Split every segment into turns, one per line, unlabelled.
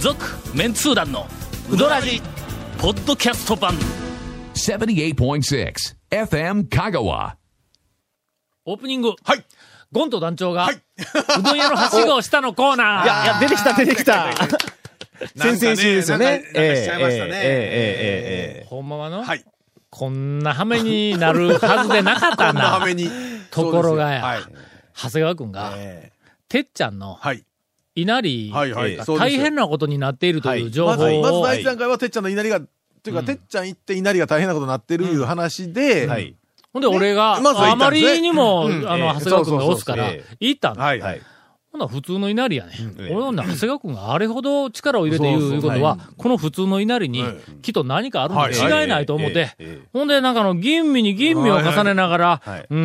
続メンツー団のウドラジポッドキャスト版
78.6 FM Kagawa.
オープニング、
はい。
ゴンと団長が、
はい
うどん屋のはしごをしたのコーナー。
いや、いや、出てきた、出てきた。先々週ですよね。
なんかなんかしちゃいましたね
えええええええ
ほんまはの、
はい。
こんなハメになるはずでなかった
こん
な。
な羽目に。
ところがや
はい。
長谷川くんが、
え
てっちゃんの
はい。
稲荷
はい。はい。
が
そうで
大
す
変なことになっているという情報
ま
を、
ず、まず
は
第
い
一段階は、てっちゃんの稲荷が、というか、てっちゃん行って稲荷が大変なことになってるいう話で、
えはい。
ほんで俺が、
まずは
あ
行った
ま
んですね
りにも、
うん
あの、
ええ
長谷川くんが押すから
そうそうそうそう、
行ったの。
はい。
は
はい。
い。
ほんなら普通の稲荷やね。
うん
俺ほんなら長谷川くんがあれほど力を入れて言ういうことは、この普通の稲荷に
え、
きっと何かあるの
はい
に違いないと思って、
ええええええ
ほんで、なんかあの、吟味に吟味を重ねながら、
はいはいう
ー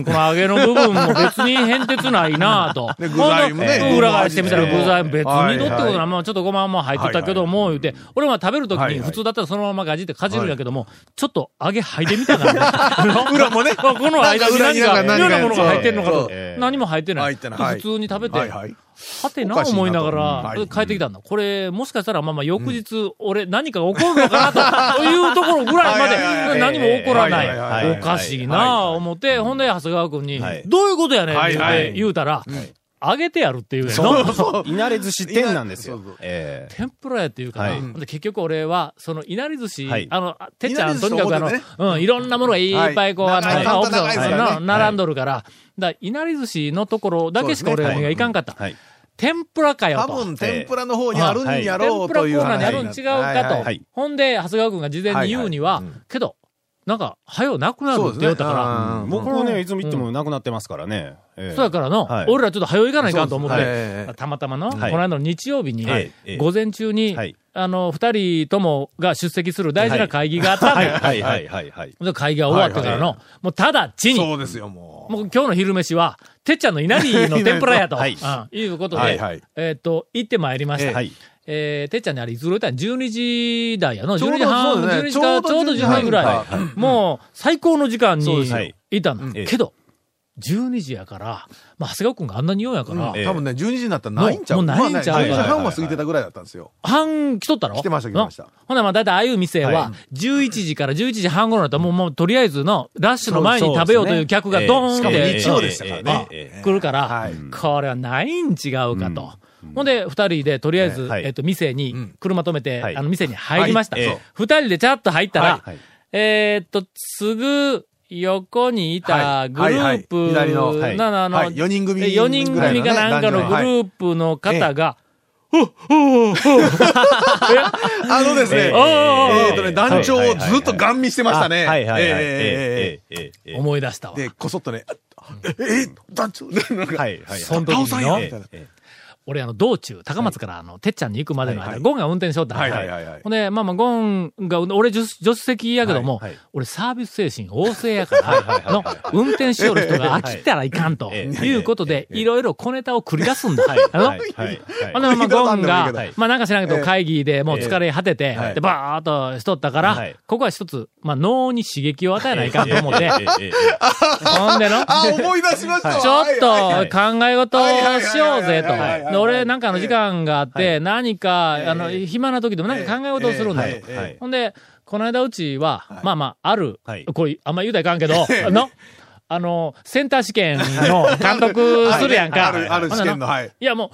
ん、この揚げの部分も別に変哲ないなぁと。
で具材もね
ほんで裏返してみたら具材別にのってこと
はい
な
は
ら、まあちょっとごまも入ってたけども、言うて、俺は食べるとき
はい
に
はい
普通だったらそのままガジってかじるんやけども、ちょっと揚げ入ってみたから。
裏もね
この間に何か、
なんか
妙
裏に
なものが入ってんのか
そ
と
う。
ええ
何も入ってな
入
い。
ってないはい
普通に食べて、
はい。はい。
はてな思いなが
おからしいなとうん
帰ってきたんだ。これ、もしかしたらまあまあ翌日、俺何か起こるのかな とというところぐ
はいはい
らいま
は
で
い
何も起こら
はい
な。
はいいはい
おかしいなあ思って、ほんで長谷川君に
はい、
どういうことやねん
は
っ
い
て
はい
言う言うたら、あげてやるっていうやん
そう
の
そう。いなれ寿司店なんですよ
そうそう。
ええ
天ぷらやっていうから、
はい
ほんで結局俺は、その、いなり寿司、
はい
あの、てっちゃ、
いなんり
と
寿司
にかくあの、
と思って
うん、いろんなものがいっぱいこう、
はい
あの、
長い
まあ奥さん
長いですよね
が
はい
並んどるから、だからいなり寿司のところだけしか俺は目がいかんかった。
はい。
天ぷらかよ
多
と。
分、天ぷらの方にあるんやろ
天
う
ぷらコ
という
ーナー
話
にあるん違うか
はい
と。
はい
い
ほんで、長谷川君が事前に言うには、
はいはい
けど、なんか、はよなくなる
そう
って
です
言
ね
ったから、
うん
僕もね、いつも行ってもなくなってますからね。ええ
そうやからの、
はい
俺らちょっとはよ行かないかんと思って、
そうですねはい
たまたまの、
はい
この間の日曜日に、
はいええ
午前中に、
はい
あの、二人ともが出席する大事な会議があったんだよ。
はいはいはいはい。
で会議が終わってからの、もうただちに、
そうですよ、もう。
もう今日の昼飯は、てっちゃんの稲荷の天ぷらやと、
はい
うんいうことで、
はいはい
えっ、と、行ってまいりました。
はい。
えー、てっちゃんね、あれ、いつ頃行ったん ?12 時台やの
ちょうど
?12 時半、
そうです
12
ね
時か、ち
ち
ょ
ょ
う
う
ど
ど
10時半ぐらい。
はい
もう、最高の時間
そう
に
ですはい
いたん
ん
だけど、12時やから、まあ、長谷川くんがあんなに言うんやから、
ええ
多分ね、12時になったらないんちゃう
もうもうないんちゃう
まあね12時半は過ぎてたぐらいだったんですよ。
半来とったろ
来てました来てました
うんほんならまあ、だいたいああいう店
は
は、11時から11時半頃だったら、もう、もう、とりあえずの、ラッシュの前に食べようという客がドーンっ
そ
て、
うですねええ
しかも日曜でしたからね
ええええええ
来るから、
はい
これはないん違うかと。ほんで、二人で、とりあえず、
ええはい
えっと、店に、車止めて、
はい
あの、店に入りました。
はいええ
二人でチャッと入ったら、
はいはい
えーっと、すぐ、横にいたグループ、
はいはいはい左の
はい
なあの、
はい四人組
え四人組かなんかのグループの方が、
あのですね、
え
え
え
ーとね、団長をずっとガン見してましたね。
はいはいはい。
えええええ
ええええええ
思い出したわ
え。で、こそっとね、あえ、え、団長、なんか、
はいはい。
その時にの
ええええ
俺、あの、道中、高松から、あの、てっちゃんに行くまでの間、
はいはい
ゴンが運転しとったんだ
はいはいはいはい
ほんで、まあまあ、ゴンが、俺、助助手席やけども、
はいはい
俺、サービス精神旺盛やから、の、運転しよる人が飽きたらいかんと、
ええええ
いうことで、いろいろ小ネタを繰り出すんだ。
はい
あの
はいはいはい
ほんで、まあ、ゴンが
はい、
まあ、なんか知らんけ
え
ど、
え
会議でもう疲れ果てて、
はい
で、バーっとしとったか
は
ら
い、
ここは一つ、まあ、脳に刺激を与えないかんと思って、
ええええええ
ほんでの、
あ、思い出しましたわ
ちょっと
はい
考え事をしようぜ
はいはいはいはいはいはい
と。で俺なんかの時間があって、何か、あの、
ええ
暇な時でもなんか考え事をするんだよ
え。え
ほんで、この間うちは、まあまあ、ある
はい、
これあんま言うたらいかん けど、あの、あの、センター試験の監督するやんか。
ある、ある試験の、はい。
いやも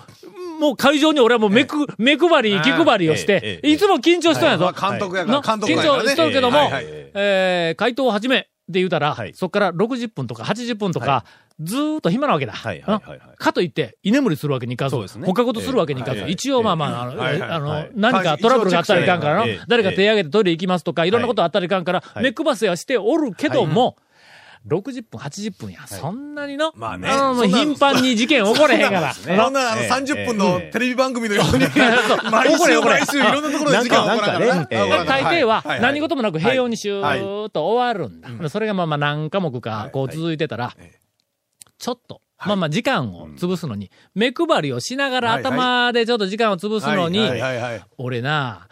う、もう会場に俺はもう目く、目配り、気配りをし
ええ
て、
ええ
いつも緊張しとんや
ま
ぞ
あ。監督やか
の
ら、監督
緊
やか
張
らね。
しとるけど
は
も
いはい、
えー回答を始めって言うたら
はい、
そっから60分とか80分とか
は、
ずーっと暇なわけだ。
はいはいはいはい
うんかといって、居眠りするわけにいかず
そうです、ね
他事するわけにいか
ええ
ず
は、い
一応まあまあ、あの
はいはい
あの
はい、
何かトラブルがあったらいかんからの
ええ、
誰か手挙げてトイレ行きますとか、いろんなことあったらいかんから、
い
目配せはしておるけども、60分、80分や、そんなにの、
まあね
のもう
そんな
頻繁に事件起これへんから。
こんな、あの、
ええ
30分の
ええ
テレビ番組のように、
そう
毎
怒れ
週
怒れ
毎週いろんなところで事件が起こらん
なんかなんかねええ
起こらん
大抵は何
事
事もなく平穏にシューッと終わるんだ。それがまあまあ何科目かこう
はい
続いてたら、ちょっと、まあまあ時間を潰すのに、目配りをしながら
はいはい
頭でちょっと時間を潰すのに、
はいはいはい。
俺な、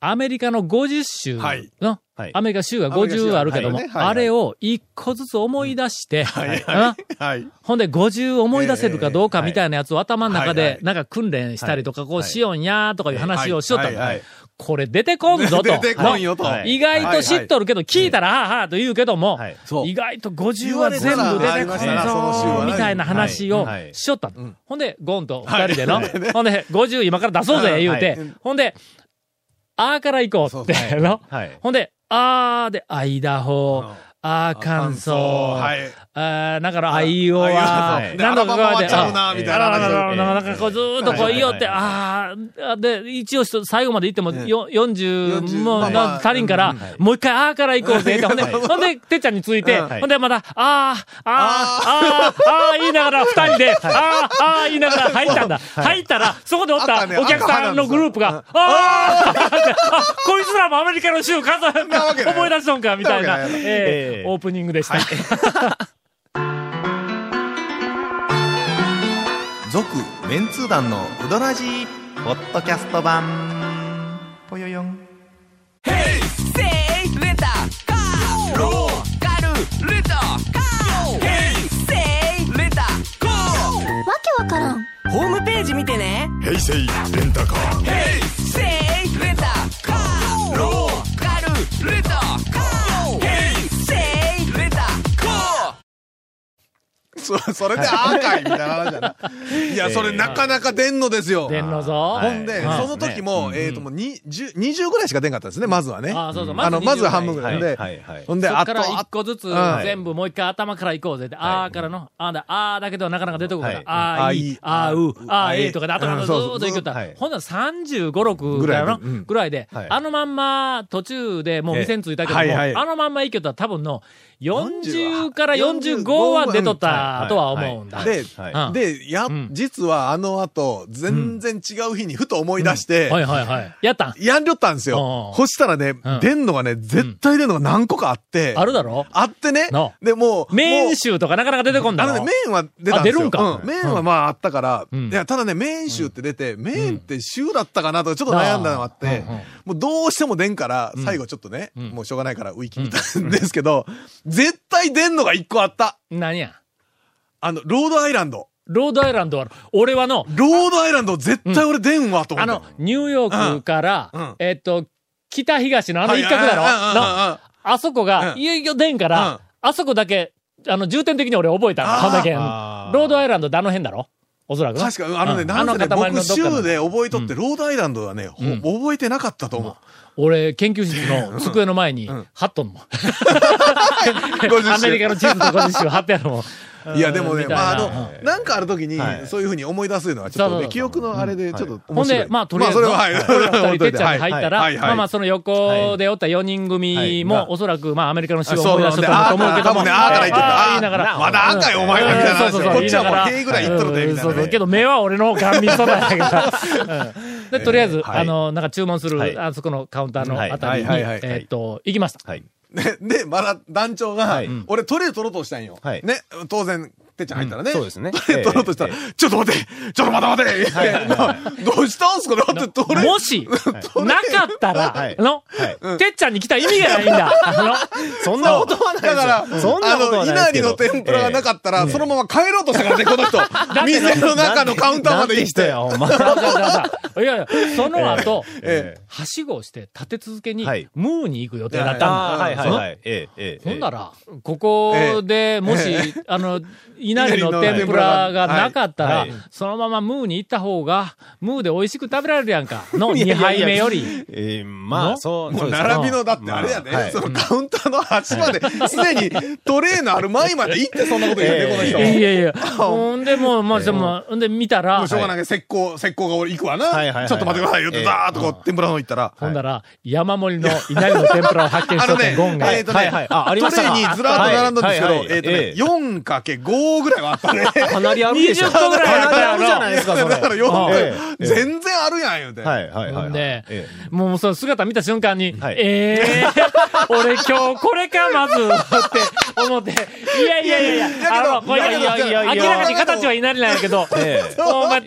アメリカの50州
はい
の、
はい
アメリカ州が50あるけども、
アメリカ州はは
あ
い
れを一個ずつ思い出して、 な
はい。
ほんで50思い出せるかどうかみたいなやつを頭の中
はいは
で
い
なんか訓練したりとか、こうしようんやーとかいう話をしよった
はいはいはい
これ出てこんぞと。
出てこんよと。
はい意外と知っとるけど、聞いたらはあはあと言うけども
はい、
そう
意外と50は全部出て
言
こ
わ
ん
れたらありましたなその週は
ぞ
ね
みたいな話を
はい
しよったの。ほんで、ゴンと二人での。ほんで、50今から出そうぜ言うて
うんはい。
ほんで、あーから行こうって の。
はい。
ほんで、あーで、アイダホ
うん
アーカンソー、
はい
あーだからアイオワ、
はい
はい
なんとかこうやって、
アラバマはちゃうな
あ
み
たいな
あらららら
ええ
なんかこうずーっとこう言いよって、
はい
あーで、一応最後まで行っても
ええ
よ40
40
もう
まあまあ
足りんから、
はい
もう一回あーから行こうぜって、ほんで、
はい
ほんで、てっちゃんについて、
はい
ほんでまた、あー、あー、あー、あー言いながら二人で、あー、あー言いながら入ったんだ。入ったら、そこでおっ
あったたね
お客さんのグループが、あーってあこいつらもアメリカの州数えんか
わけない
思い出しとんか、みたい
な
な
わ、けない
ええ
ええ
オープニングでした。
続メンツー団のウドラジーポッドキャスト版ぽよよん
レンタカーローカルレンタカーヘイセイレンタカーわけわからんホームページ見てねヘイセイレンタカーヘイセイレンタカーローカルレンタカーヘイセイレンタカー
そそれで赤いみたいな話だな。いや、それなかなか出んのですよ。
出んのぞ。
ほんで、
はい
その時も、えっと、もうに10 20ぐらいしか出んかったですね、まずはね。
あそうそうまず
あの、まずは半分ぐ
は
らい
い。
で。
はい。はい
ほんで、
そっ
あ
か
と、
ら
あ
一個ずつ
はい
全部もう一回頭から行こうぜって、あーからの、あーだ、あーだけどなかなか出てこない。
はい
あーいい、あ
あ
ー、
いう
あー
あ
え
い
えとかで頭からずーっと行くとった
うんそうそうずーっとはい
ほんなら35、6ぐらいの、
ぐらいでうん
ぐらいで
はい、
あのまんま途中でもう店に着いたけども、
ええはいはい
あのまんま行けたら多分の40
40
から45は出とったとは思うんだ。
で
はい
うん
で、や
ん、
実はあの後、全然違う日にふと思い出して、
はいはいはい。やったん
やんりょったんです
おうお
よ
う。
ほしたらね
うん、
出んのがね、絶対出んのが何個かあって、
あるだろ
あってね
なあ、
で、もう、
メ
もう
ン州とかなかなか出てこんだ
あの
ろ
ね、麺は出たんです
あ出
よ。
るんか
うん、麺はまああったから、
うん
いや、ただね、麺州って出て、麺って州だったかなとかちょっと悩んだのがあって、
うんうん
もうどうしても出んから、最後ちょっとね、もうしょうがないからウィキ見たんですけど、絶対出んのが一個あった。
何や
あの、ロードアイランド。
ロードアイランドは、俺はの、
ロードアイランド絶対俺出んわと思
あ
った。
の、ニューヨークから、
うんうん
えっと、北東のあの一角だろ、の
だ
あそこが、
うん
いよいよ出んから、
うん
あそこだけ、あの、重点的に俺覚えたの。
あー
こんだけ。ロ
あー
ードアイランドってあの辺だろおそらくな。
確か、あのね、
うん
なんせね、
あの塊の
僕、
どっかの
州で覚えとって、ロードアイランドはね、ほ
うん
覚えてなかったと思う。
俺、研究室の机の前に、貼っとんもん。
50
アメリカの地図と50州貼ってあるもん。
いや、でもね、
みたいな
まあ、あの、なんかあるときに
は、い
そういうふうに思い出すのは、ちょっ
そう
と
そ
ね、
う
記憶のあれで、ちょっと
ほ
面
ん
白い。
で、まあ、とりあえずの、
まあ、それは、はい。
俺ら 二人、てっちゃんが
はい
入ったら、
はいはいはい
まあまあ、その横でおった4人組も、
はい
おそらく、まあ、アメリカの詩を思い出しとったと思うけども。
そうそうねあー多分ねあーから言ってた
あー言いながら。
まだ赤いお前らみたいな話
うんそうそうそう
こっちはもう手ぐらいいっとるで
うん
みたいなね
そうそうけど、目は俺のガン見そだ やから。うんで、とりあえず、
はい
あの、なんか注文す
はい
る、あそこのカウンターのあたりに、
はいはいはいはい
えっと、行きました。
はい。
でで、まだ団長が
はい、
俺トレー取ろうとしたんよ。
はい
ね、当然、てっちゃん入ったらね。
うんそうですね
トレー取ろうとしたら、ちょっと待ってちょっと待て待てってなどうしたんすかだってトレー。
も し、なかった
は
ら
い、
の
はい、
てっちゃんに来た意味がないんだ。 あの
そんなことはないですよ
だから、
そんなこと
あの、
はない
稲
で
荷
すけど。
の天ぷらがなかったら、そのまま帰ろうとしたからね、こ の人。
て
店の中のカウンターまで
行
行
っ
ってて。
や、お前。
だだだだいやいや、その後、
え
はしごをして立て続けに、
はい
ムーに行く予定だっ
え。
たの。
ああ、はいはいはい。ええ、ええ。
ほんなら、ここでもし、あの、稲荷の天ぷらがなかったら、
はい
そのままムーに行った方が、ムーで美味しく食べられるやんか。の
いや
2
いやいや
杯目より。
ええ、ま
の
あ、そう、
も
そううですね
並びの、だってあれや
まあは
ね、
い
そのカウンターの端 まで、すでにトレーのある前まで行ってそんなこと言って、この
い
人。
やいやいや。ほんで、もう、まあ、でも、ほんで見たら、
もうしょうがないけど、石膏、石膏が俺行くわな。
はいはいはいはい
ちょっと待ってくださいよって、
ええ
ダーッとこう、天ぷらの方行ったら。
ほんだら、山盛りの稲荷の天ぷらを発見し
あ
と
の
って、
ね、
ゴンが。
えっとね、
はいはいあありました
トレ
か
ーにずらっと並んだんですけど、
はいはいはい
えっとね
え、え
4×5 ぐらいはあったね。
かなりあるでしょ。
20個ぐらいあ
か
ったやろ
なりあるじゃないですか、 そ
だから
れ。
4、
ええええ
全然あるやん、言うて。
はいはいは
ほ
い。
んで
ええ、
もうその姿見た瞬間に、
はい
ええ ー、俺今日これか、まず、って思って、いやいやいやい
い
や、
や
あの、
だ
こ
けど
れいやいやいや
だけ
明
ど
らかに形はいなりなんやけど、
ええ
お前、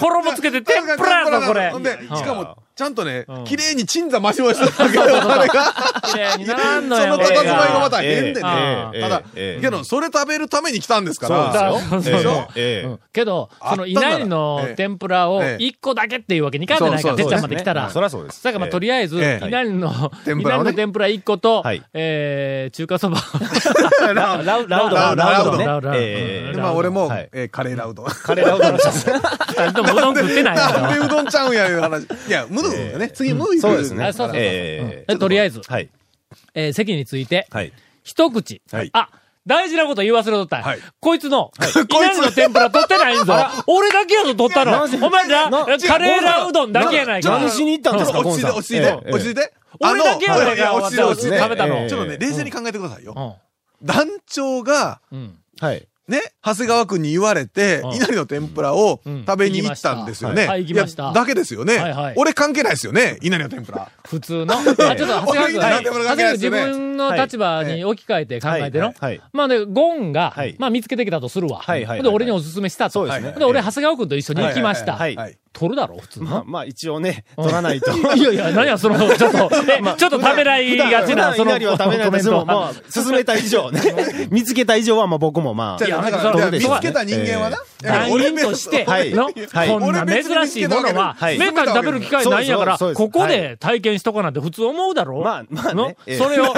衣つけて天ぷらやぞ、これ。
ほんで、しかも、ちゃんとね
うん、
綺麗に鎮座増し ましたけど、あれが。
綺麗にならんの
そ
よ。
の
これ
佇まいがまた変でね。
え
え
ただ、
ええ
けど、それ食べるために来たんですか
そうです
ら。
よ
そうそうそう
ええええ
うんけど、その
あっ
い
たなら
なりの
ええ
天ぷらを
ええ
1個だけっていうわけにいかんじゃないから、
そう
て
そ
っち
うそう
ゃんまで来たら。
そりゃそうです。
だからまあとりあえず、い
ええ
なりの、
天
い
ぷら
なり
をね
の天ぷら1個と
はい、
えー中華そば。
あえず、ラウドラウド
ラウドラウド
ね
ラウドラウド
ええ
でまあ、俺も
はい、
えーカレーラウド。
カレーラウドのシャツ。
2人ともうどん食ってない
な
か
んで
ら。
うどんちゃうんやいう話。いや、ムードね。次、ムード
そうですね。
あそうそうそう
え
うんとりあえず
はい。
えー席について、
はい。
一口。
はい
あ、大事なこと言い忘れとったんや
はい
こいつの、いなりの天ぷら取ってないんぞ。俺だけやぞ、取ったの。お前ら、カレーラうどんだけやないか
何。しに行ったんですか、
落ち着いて、
ゴン
落
さ
ち
ん
着いて、落ち着いて。あ
俺
の
だけやろ
いや落ち着いて、落ち着いて。
食べたの
ちょっとね、冷静に考えてくださいよ。
うん
団長が、
うん。
はい。
ね、長谷川くんに言われて
うん、
稲荷の天ぷらを
うん
食べに行ったんですよね。
行きましたはい
いやだけですよね。
はいはい
俺関係ないですよね、稲荷の天ぷら。
普通の。あ、ちょっと長谷川君、
俺
はい
稲荷の天ぷら
長
関
谷
係な
川
いです
自
よね
分の立場に置き換えて考えての。
はいはいはい
まあね、ゴンが、
はい
まあ見つけてきたとするわ。
はいはいはい
で、俺におすすめしたと。
そうですね
で、俺、長谷川君と一緒に行きました。
はいはいはい
はい。
取るだろ、普通
まあ
の。
まあ、一応ね、取らないと。
いやい や、何や、その、ちょっと、え、ちょっと食べないがちな、
そ
そ
の
の、
稲荷は食べないですも、まあ、進めた以上ね。見つけた以上は、まあ僕もまあ。
じゃあ
や
だか
そ
ら
う
だから見
そう
つけた人間はな、
団員として、
はい
の、
はい
こんな珍しいものは、
はい
めったに食べる機会ないんやから、
そうですそ
こ
うです
こで体験しとかなんて普通思うだろ
まあまあね
の
ええ
それを、の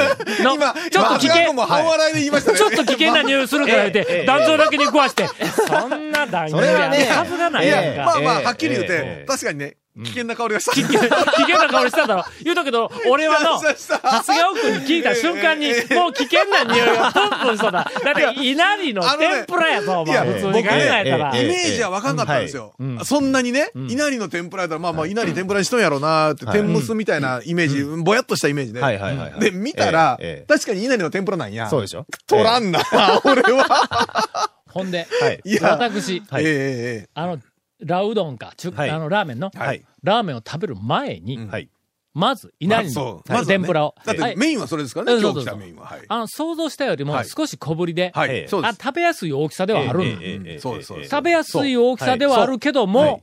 今、
ちょっと危険
長谷川君、も半笑いで言いましたね。
ちょっと危険な匂いするから言っ
えええ
て
え、
団長だけに食わして、そんな団員
それは
や
ね
はずがない
え
やん
え
か。
まあまあ
え、え
はっきり言っ
ええ
て、確かにね、危険な香りがした。
危険危険な顔しただろ。言うとくけ ど、俺はの、
したした
長谷川君に聞いた瞬間に、もう危険な匂いがプンプンした だ。だって、稲荷の
あのね
天ぷらやぞ、お
いや
前。普通に考えたら
僕。ねええ
イメージは分かんかったんですよ。そんなにね、稲荷の天ぷらやったら、まあまあ、稲荷天ぷらにしとんやろうなーって、
はい
天むすみたいなイメージ、ぼやっとしたイメージで。
はいはいはいはい。
で、見たら
ええ、え
確かに稲荷の天ぷらなん
え
や。
そうでしょ。
取らんな、俺は。
ほんで、
はい。
いや、
私、
はい
えええ
あの、ラウドンか、中
はい
あの、ラーメンの、
はい
ラーメンを食べる前に、
はい。
まず、
えええ
稲荷
そ
の
うまずはね
天ぷらを。
だっ
は
て
い
メインはそれですから
うん
ね、
そ
今
うそう
日来
そう
たメインは。はい。
あの、想像したよりも
はい
少し小ぶりで、
は
ええ
い、そうで
あ
す。
食べやすい大きさでは あるんだ。
ええええええ
そうですそうです
ええ
食べやすい大きさではあるけど
そうは
も、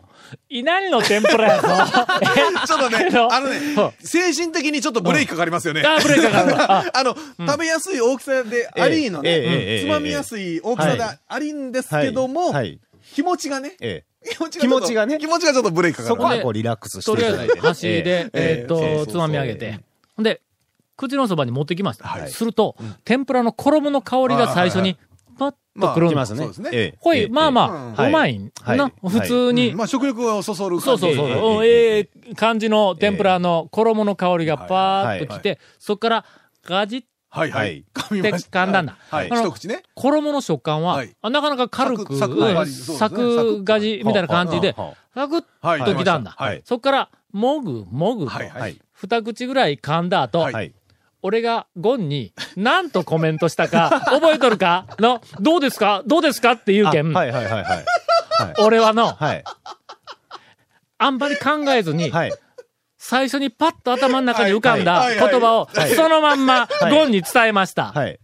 稲荷の天ぷらやぞ。
ちょっと ね
あ、の
あの
そう
ね、精神的にちょっとブレーキかかりますよね。
あーブレーキかかるあ
あの、食べやすい大きさでありの
えええええ
ね、
え
つまみやすい大きさでありんですけども、
はい。
気持ちがね、
え
気持ち
気持ちが
が
ね
ね、気持ちがちょっとブレーキか
え。
か
そ
る
こ。はこうリラックスして
と
い
りあ
た
え
だい
ず
て。、
箸で、
え
えーっ
ええそ
と、
うそう
つまみ上げ
え
て。ほんで、口のそばに持ってきました。
はい
すると、天ぷらの衣の香りが最初に、パッとくるん
き
で。
ますす
そ
ね
うですね。
ええ
ほい、まあまあ、
うん
うまいん。
はい
な、
はい
普通
う
に
ん、まあ食欲をそそる
そ
感
う
じ。
そうそう。
ええ
うん
ええ
ええ感じの天ぷらの衣の香りがパーッときて、そこからガジっ
はいは
はいい。
噛み
て
まし
噛
た。
んだんだ。
はい、
あの
一口ね。
衣の食感は、
はい
あなかなか軽く、
サクサク
うん
はいそうですね
サクガジみたいな感じで、
はあは
サクッ
はい。
ときたんだ。
はい。
そっから、もぐもぐと、
はい。はい。
二口ぐらい噛んだ後、
あはあはい。
俺がゴンに、なんとコメントしたか、 覚えとるかの、どうですかどうですかって言うけん、
あはいはいはいはい。
俺はの、
はい。
あんまり考えずに、
はい。
最初にパッと頭の中に浮かんだ
はいはいはい
言葉を、
い
そのまんま
い
ゴンに伝えました。
はい。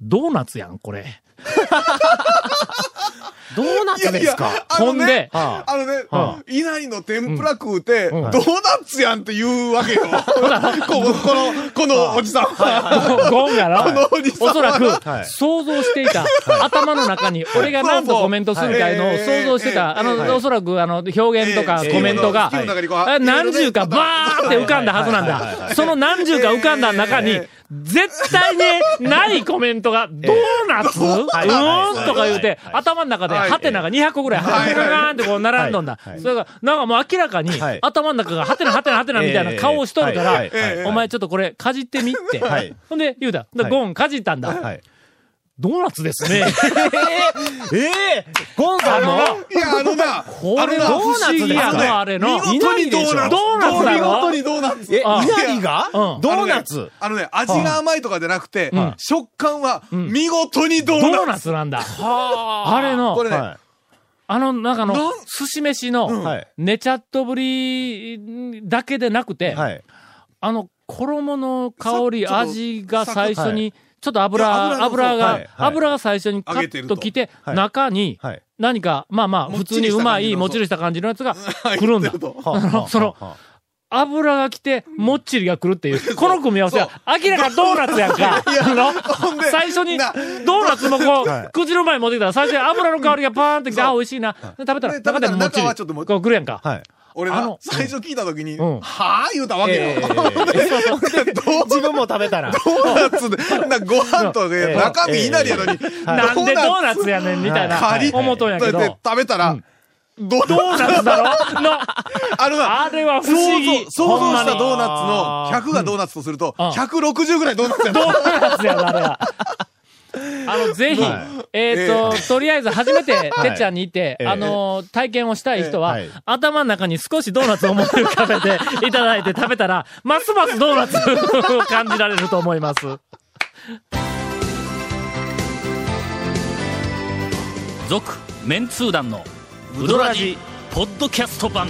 ドーナツやん、こ れ。
どうなっ
いやいや、あ
ほ
の
んで
ね、、
は
あのね
は、
稲荷の天ぷら食うて、ド
ん
ーナツやんって言うわけ よ。ここの、このおじさんは。
ゴンがな、
このおじ
お
さんは
そら
はい
く、想像していた、頭の中に、俺が何とコメントするかいうのを
そうそう
想像してた、あ
はいえーえー
の、おそらく、あの、表現とか
えー
コメントが
え、ーえー
あ何十かバーって浮かんだはずなん
はいはいはいは
だ。その何十か浮かんだ中に、絶対にないコメントが、ドーナツう
いはい
ーんとか言うて
は、い
頭の中で、
はい
ハテナが200個ぐらい、ハテナガーンってこう並んどんだ
はいは。い
それが、なんかもう明らかに
はい、
頭の中がハテナハテナハテナみたいな顔をしとるか
は
ら
いはいはい、
お前ちょっとこれかじってみって。
はい
ほんで、言うた。で
はい
ゴンかじったん
い。
だ。
はい。
ドーナツですね。
ええゴンさんの
いや、あのな、
これは不思議やの、あれの。
見事にドーナツ。
ドーナツだ
見事
ろ
にドーナツ。
え、
あ
稲荷が
う
ド
ん
ーナツ
あのね、味が甘いとかじゃなくて
うん、
食感は
ん
見事にドー
ド
ナ
ー
ツ。
ナツなんだ。あれの
こ、れね、
は
あの中の
なん、
寿司飯
い。
の、
はい。
寝ちゃっとぶりだけでなくて、
はい。
あの、衣の香り、
さちょっと
味が最初
は
に、ちょっと油、
いや油
油
の
は
が
い、はい
油が最初にカ
揚げて
ッ
る
と
と
きて、
はい
中に、
はい。
何か、まあまあ、
も
普
っ
通
ち
に
りした感じの
うまい、もっちりした感じのやつが来るんだ
入って。と
はあはあ
その
はあ
油が来て、もっちりが来るっていう、この組み合わせは、明らかにドーナツやんか。あの最初に、ドーナツもこう、口の前に持ってきたら、最初に油の香りがパーンってきて、あ、美味しいな。食べたら、
で食べたら
もっち
中は
り。
ちょっとも
こう来るやんか。
はい。
俺
あ
な
の、
最初聞いた時に、
ん
はぁ言うたわけよ。
ええ自分も食べたら。
ドーナツで、なご飯と
え
ね、
え
中身いなりやのに、
なんでドーナツやねんみたいな
カリッ、
思うとんやけど。
で食べたら、ドー
ドーナツだろの、
あのな、
あれは不
想
思議
像、。想像したドー
ほんま
ナ
に
ツの、100がドーナツとすると、
うん
160ぐらいドーナツや
ド
な。
ーナツやな、あれは。あの、ぜひ、えっ、と、とりあえず初めて、てっちゃんにいて、
ええ
あのー、体験をしたい人は、
ええはい
頭の中に少しドーナツを思い浮かべていただいて食べたら、 ますますドーナツを感じられると思います。
続メンツー団のウドラジポッドキャスト版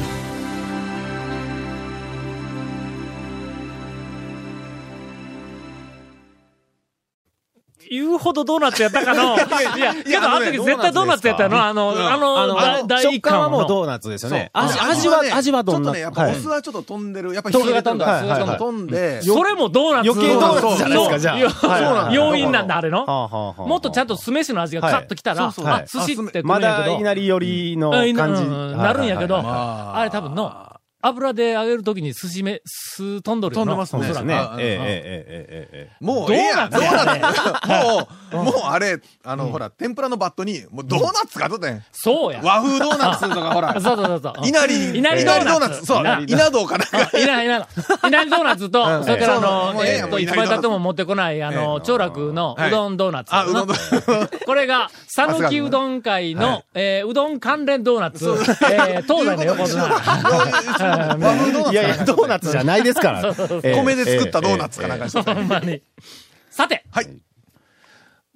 言うほどドーナツやったかの。いや、けどあの時絶対ドーナツやったよな、あの、あの、
あの、
だ
あの
第
食
一
感は
巻
もう
の。
ドーナツですよね。
あ
味味は
ね、
味はどん
ちょ
な
っとね、やっぱ
は
お
い
酢はちょっと飛んでる。やっぱ
豆腐が飛んだ
火入れてるから
はいはいはい
豆腐が飛んで、
それもドーナツの。
余計ドーナツじゃないですかじゃあ
の
はい
はいはい
要因なんだ、あれの。
はあはあはあはあ
もっとちゃんと酢飯の味がカッときたら、
はいそうそう
あ、寿司って
ま
組やけ
だ
ど
いきなりよりの
あい
感じ。
なうんなるんやけど、
はいはいはい
あれ多分の、油で揚げるときに寿司め、酢飛んどるよ
飛ん
な
でます
そう
ね
で
おそ
す
らく
ね
ああ。
えええ
あ
えええええええ
もうええやん、
ド
ド
ー
ー
ナツ
ナツ。もう、もうあれ、あの、ほら、天ぷらのバットに、もうドーナツがとってん。
そうや。
和風ドーナツとかほら
そう、そうそうそう。
いなり、
いなり
い
ド
な
ー
りドー
ナ
ナ
ツ。
ツ、そう、
な
稲道かなんか。
いな、いな、いなりドーナツと、それからあ
そ
の、
う
え
え
ーっ
えも
と、
うい
い
な
つ
り
まで
ドーナツ
経っても持ってこない、あの、長楽の
はいう
どんドーナツ。
あ、うどんの。
これが、讃岐うどん会
は
の、えーうどん関連ドーナツ、えー東西の横綱。
和風ドーナツかなんか
いやいや、ドーナツじゃないですから。え え
米で作ったドーナツかなんかして
ほんまに。さて。
はい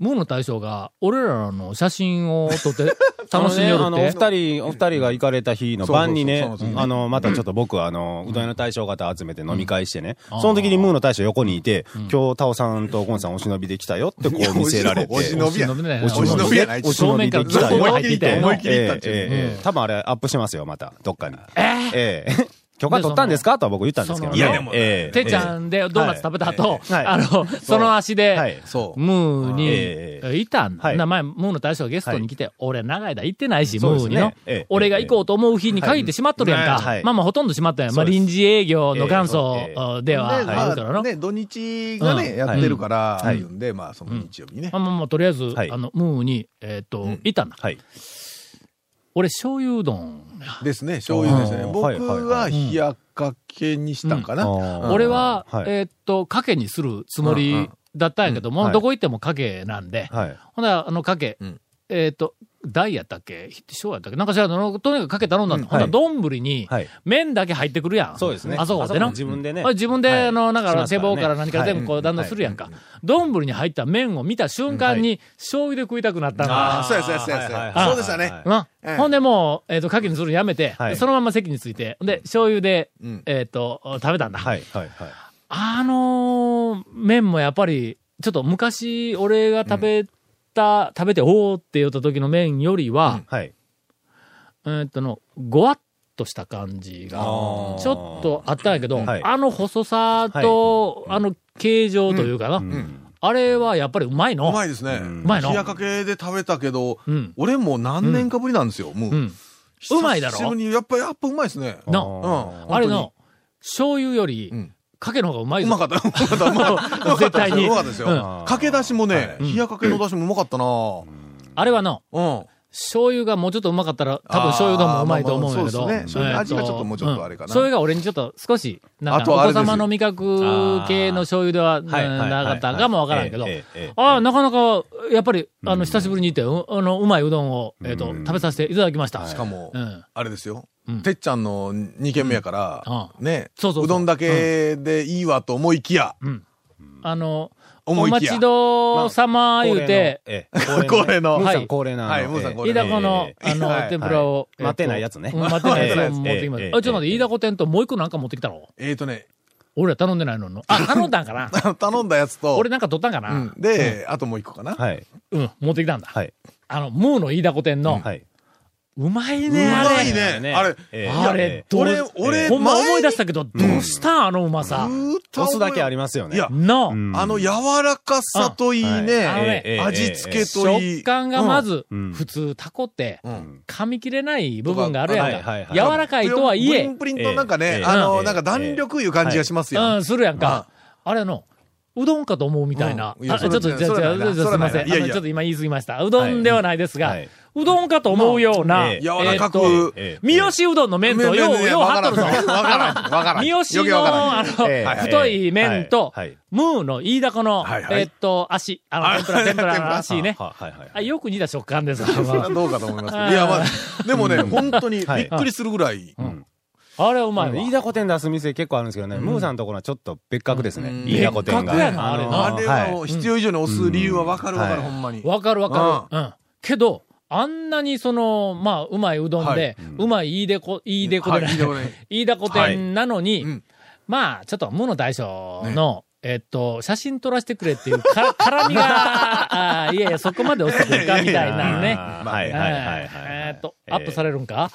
ムーの大将が、俺らの写真を撮って、楽しみよる
あの
っ
ね、
て。
あのお二人、お二人が行かれた日の晩にね
そうそうそうそう、
あの、またちょっと僕は、あの、うどん屋の大将方集めて飲み会してね、その時にムーの大将横にいて、今日、タオさんとゴンさんお忍びで来たよってこう見せられて。
お忍びや。
お
お
忍
忍
び
び
や
や
な
ないい。
お忍びで来たよ。
正面からずっと思い切り行ったよ思い切り行ったっ
え
ていう
えええええ多分あれアップしますよ、また、どっかに。え え許可取ったんですかとは僕言ったんですけどね。
いやで
も
ええ
てっちゃんでドーナツ食べた後、
はい
あの、その足で、
はい。
そう。
ムーに、
え
いた、
はい
名前、ムーの大将がゲストに来て、俺長い間行ってないし、ム
そうです
ー
ね
にの、
ええ
俺が行こうと思う日に限ってしまっとるやんか。
ええはい
まあまあほとんどしまったやん。まあ
そうです
臨時営業の元祖
ええ
あではあ
で
る
まあ
からの。
ね、土日が
う
ね、
ん
やってるから、あ
はい
るんで、まあ、その日曜日にね
ま。あまあまあ、とりあえず、
はい
あの、ムーに、えーっと、いたんだ。
はい。
俺、醤油うどん。
ですね、醤油ですね。
うん
僕
はいはいは
はい冷やかけにしたんかな。
うん
俺は、
はい
えーっと、かけにするつも
うんう
り
ん
だったんやけども、
うんはい
どこ行ってもかけなんで、
はい。
ほんなら、あの、かけ、
うん
えーっと、大やったっけ小やったっけなんか知らんけど、とにかくかけ頼んだの。
うん
ほんなら、
はい
丼に、
はい。
麺だけ入ってくるやん。
そうですね。
あそこで
も
な。
自分でね
あ。自分で、
はい
あの、なん
し
か、
ます
背
からね
棒から何から全部こ
は
う
い
段取りするやんか。丼、に入った麺を見た瞬間に、醤油で食いたくなったの。
あーそうやそうやそうやそうや
はいはいはい
そうでしたね
な
ええ
ほんでもう、えっ、と、かけにするのやめて、
はい
そのまま席について、で、醤油で、
うん
えっ、と、食べたんだ。
はい、はい、はい。
あのー麺もやっぱり、ちょっと昔、俺が食べた、食べて、おーって言った時の麺よりは、
はい。
えっとの、ごわっとした感じが、ち
あ
ょ
ー
っとあったんやけど、
はい
あの細さと、あの形状というかな、
うん。
あれはやっぱりうまいの。
うまいですね。
ん
うまいの
冷やかけで食べたけど
うん、
俺も何年かぶりなんですよ、もう
う。ん。うまいだろ
久しぶりにやっぱ、やっぱうまいですね。
な
ー
うん
あれの、醤油より
うん、
かけの方がうまいうぞ。
まかった。うまかった。うまかった。
絶対に
うまかったですよ。
う
かけ出しもね、
うん
冷やかけの出しもうまかったな
あれはの、
うん。
醤油がもうちょっとうまかったら、多分醤油がもううまいと思うんやけど。
あーまあまあそうですね
えー
味がちょっともうちょっとあれかな
醤油が俺にちょっと少し、なん
あ
か、
とあ
お
れ
子
ですよ
様の味覚系の醤油では
はいはいはい
なかったかもわからんけど
ええええええ、
ああ、なかなか、やっぱり、あの、久しぶりに行って、うあの、うまいうどんを、えっと、
うん
食べさせていただきました。
しかも
うん、
あれですよ
うん。
てっちゃんの2軒目やから、
う
ね、
そうそうそう
うどんだけでいいわと思いきや、
あの、お
思いき
待
や
ちどうさま言うて、
ええ、
恒例の
ムーさ
はい
ん恒例の。
はいムーさん恒
飯
例
田子の、
ええ
あの、
はい
天ぷらを。
はい待てないやつね
うん待てないやつを持ってきま
ええ
し
ええ
た。あ、ちょっと待って、飯田子店ともう一個なんか持ってきたの
えっとね、
俺ら頼んでないのの。あ、頼んだんかな
頼んだやつと
俺、なんか取ったんかな、う
うんん、で、あともう一個かな。
はい。
持ってきたんだ。
はい。
あの、ムーの飯田子店の、
はい。
うまいね、あ
うまい
れ。
ねあれ
ええ
あれ、ど
俺
う、
俺
ほんま
前に
思い出したけど、どうしたんあのうまさ。
押すだけあり
ま
ますよね。
いや、
の、
うん
あの柔らかさといい
あの
ね、
ね
ええ
味付けといい
食感がまず、
うん
普通タコって、
うん
噛み切れない部分があるやん
とか
か
はい。はい
柔らかいとはい
プリ
え
ン、プリンとなんか
え
ね
え、
あ
え
の、
え
なんか弾力いう感じがしますや。
うんん、するやんか。あれの、うどんかと思うみたいな。
うんいや
あちょ
そ
っ
れ
と、じゃあじゃあ
それ
じゃ
は
あ
ない
じ
な
ゃあすいませ
それはないな
ん。あ
いやい
の
や
ちょっと今言い過ぎました。うどんではないですが、
はいう
どんかと思うような、
ええ
柔らか
え
く
っと
ええ
三好うどんの麺と、よう、よう
わ
はっ
か
と
ら
る
ん。
ぞ
わ。からん。わからん。
三好
余計わからん
の、あの、
ええはい
太い麺と
はいはい、
ムーの飯高の
はい、はい
えっと、足、あの、天 ぷら、天ぷらの足ね。
ははいはい
あよく似た食感ですわ
それはどうかと思いますけ
あ
ど。
ー
いや、まあ、でもね、本当にび
はい
っくりするぐらい。
あれはうまいわ
飯田古店出す店結構あるんですけどね、ムーさんのところはちょっと別格ですね、飯田古店が。
別格やなあれな
あれは必要以上に押す理由はわかるわかる、
うん
ほんまに。
わかるわかる。うん。けど、あんなにその、まあ、うまいうどんで、うまいいいでこ、いいでこでない
はいいいでこ ね、
いいだこ店なのに、
うん
まあ、ちょっと、無の大将の、えっと、写真撮らせ てくれっていうか、絡みが、あーいやいや、そこまで落ちてくるか、みたいなね。
あー はいはいはいはい。
えーっと、アップされるんか、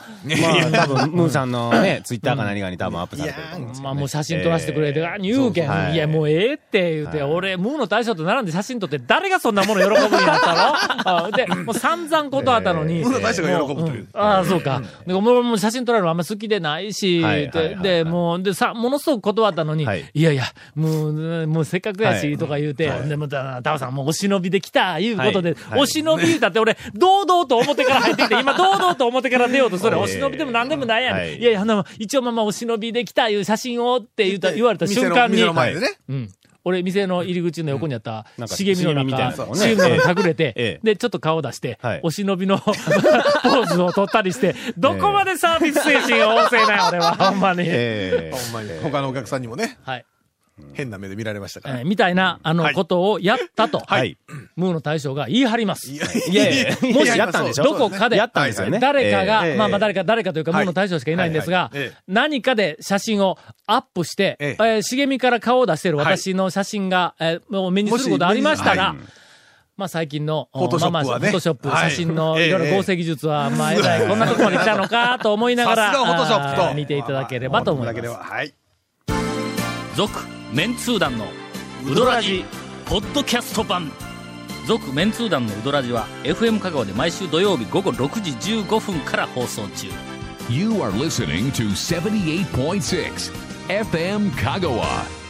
まあ多分、ムーさんのね、ツイッターか何かに多分アップされてると思うんですけ
ま
ど
あ
ね
もう写真撮らせてくれて、
えー
あ、入言、
そうそう
いやもうええって言うて、
はい
俺、ムーの大将と並んで写真撮って、誰がそんなもの喜ぶんや ったろあで、もう散々ことあったのに。
えームー
の大将が喜ぶと
も
いう
んああ、そうか。で、もうもう写真撮られるのあんま好きでないし、
はいはい
で
はい
で、もう、で、さ、ものすごく断ったのに、
はいい、
やいや、もう、もうせっかくや
は
し、
い
とか言うて、で、もう、たタオさんもうお忍びで来た、いうことで、
はいはい
お忍びだって俺、堂々と表から入ってきて、今堂々と表から出ようと、それ、お忍びでも何でもないやん。
はい
いやいや、あの、一応まあまあお忍びで来たいう写真をって言った、言われた
店
瞬
の
間に
店、の前でね。
うん。俺、店の入り口の横にあった
うんなん、か
茂みの
茂みみたいな
中
のも、ね
茂みの中に隠れて、
ええ
で、ちょっと顔出して、
はい
お忍びの ポーズを取ったりして、どこまでサービス精神旺盛なんや、俺は、ほんまに。
えー
ほんまに。他のお客さんにもね、
はい。
変な目で見られましたか
え
ら
ー。みたいな、あの、
はい
ことをやったと、
はい。
ムーの大将が言い張ります。
いや
いやいや
い
もし
やったんでしょ
どこかで、
やったんですよね。
誰かが、
えー
まあまあ誰か、誰かというか、
は
も
い
の大将しかいないんですが
はいはいええ、
何かで写真をアップして、え
え
ー茂みから顔を出している私の写真が、えーもう目にすることありましたが
もし目に、
まあ最近の、
フォトショップ
まあまあ
はね
フォトショップ、
は
写
い
真のいろい
え
ろ
え
合成技術は、まあえらい、こんなとこまで来たのかと思いながら、
さすがフォトショップ
あ
と
ー見ていただければと思います。
はい。
続メンツー団のウドラジポッドキャスト版続メンツー団のウドラジは FM 香川で毎週土曜日午後6時15分から放送中
You are listening to 78.6 FM Kagawa.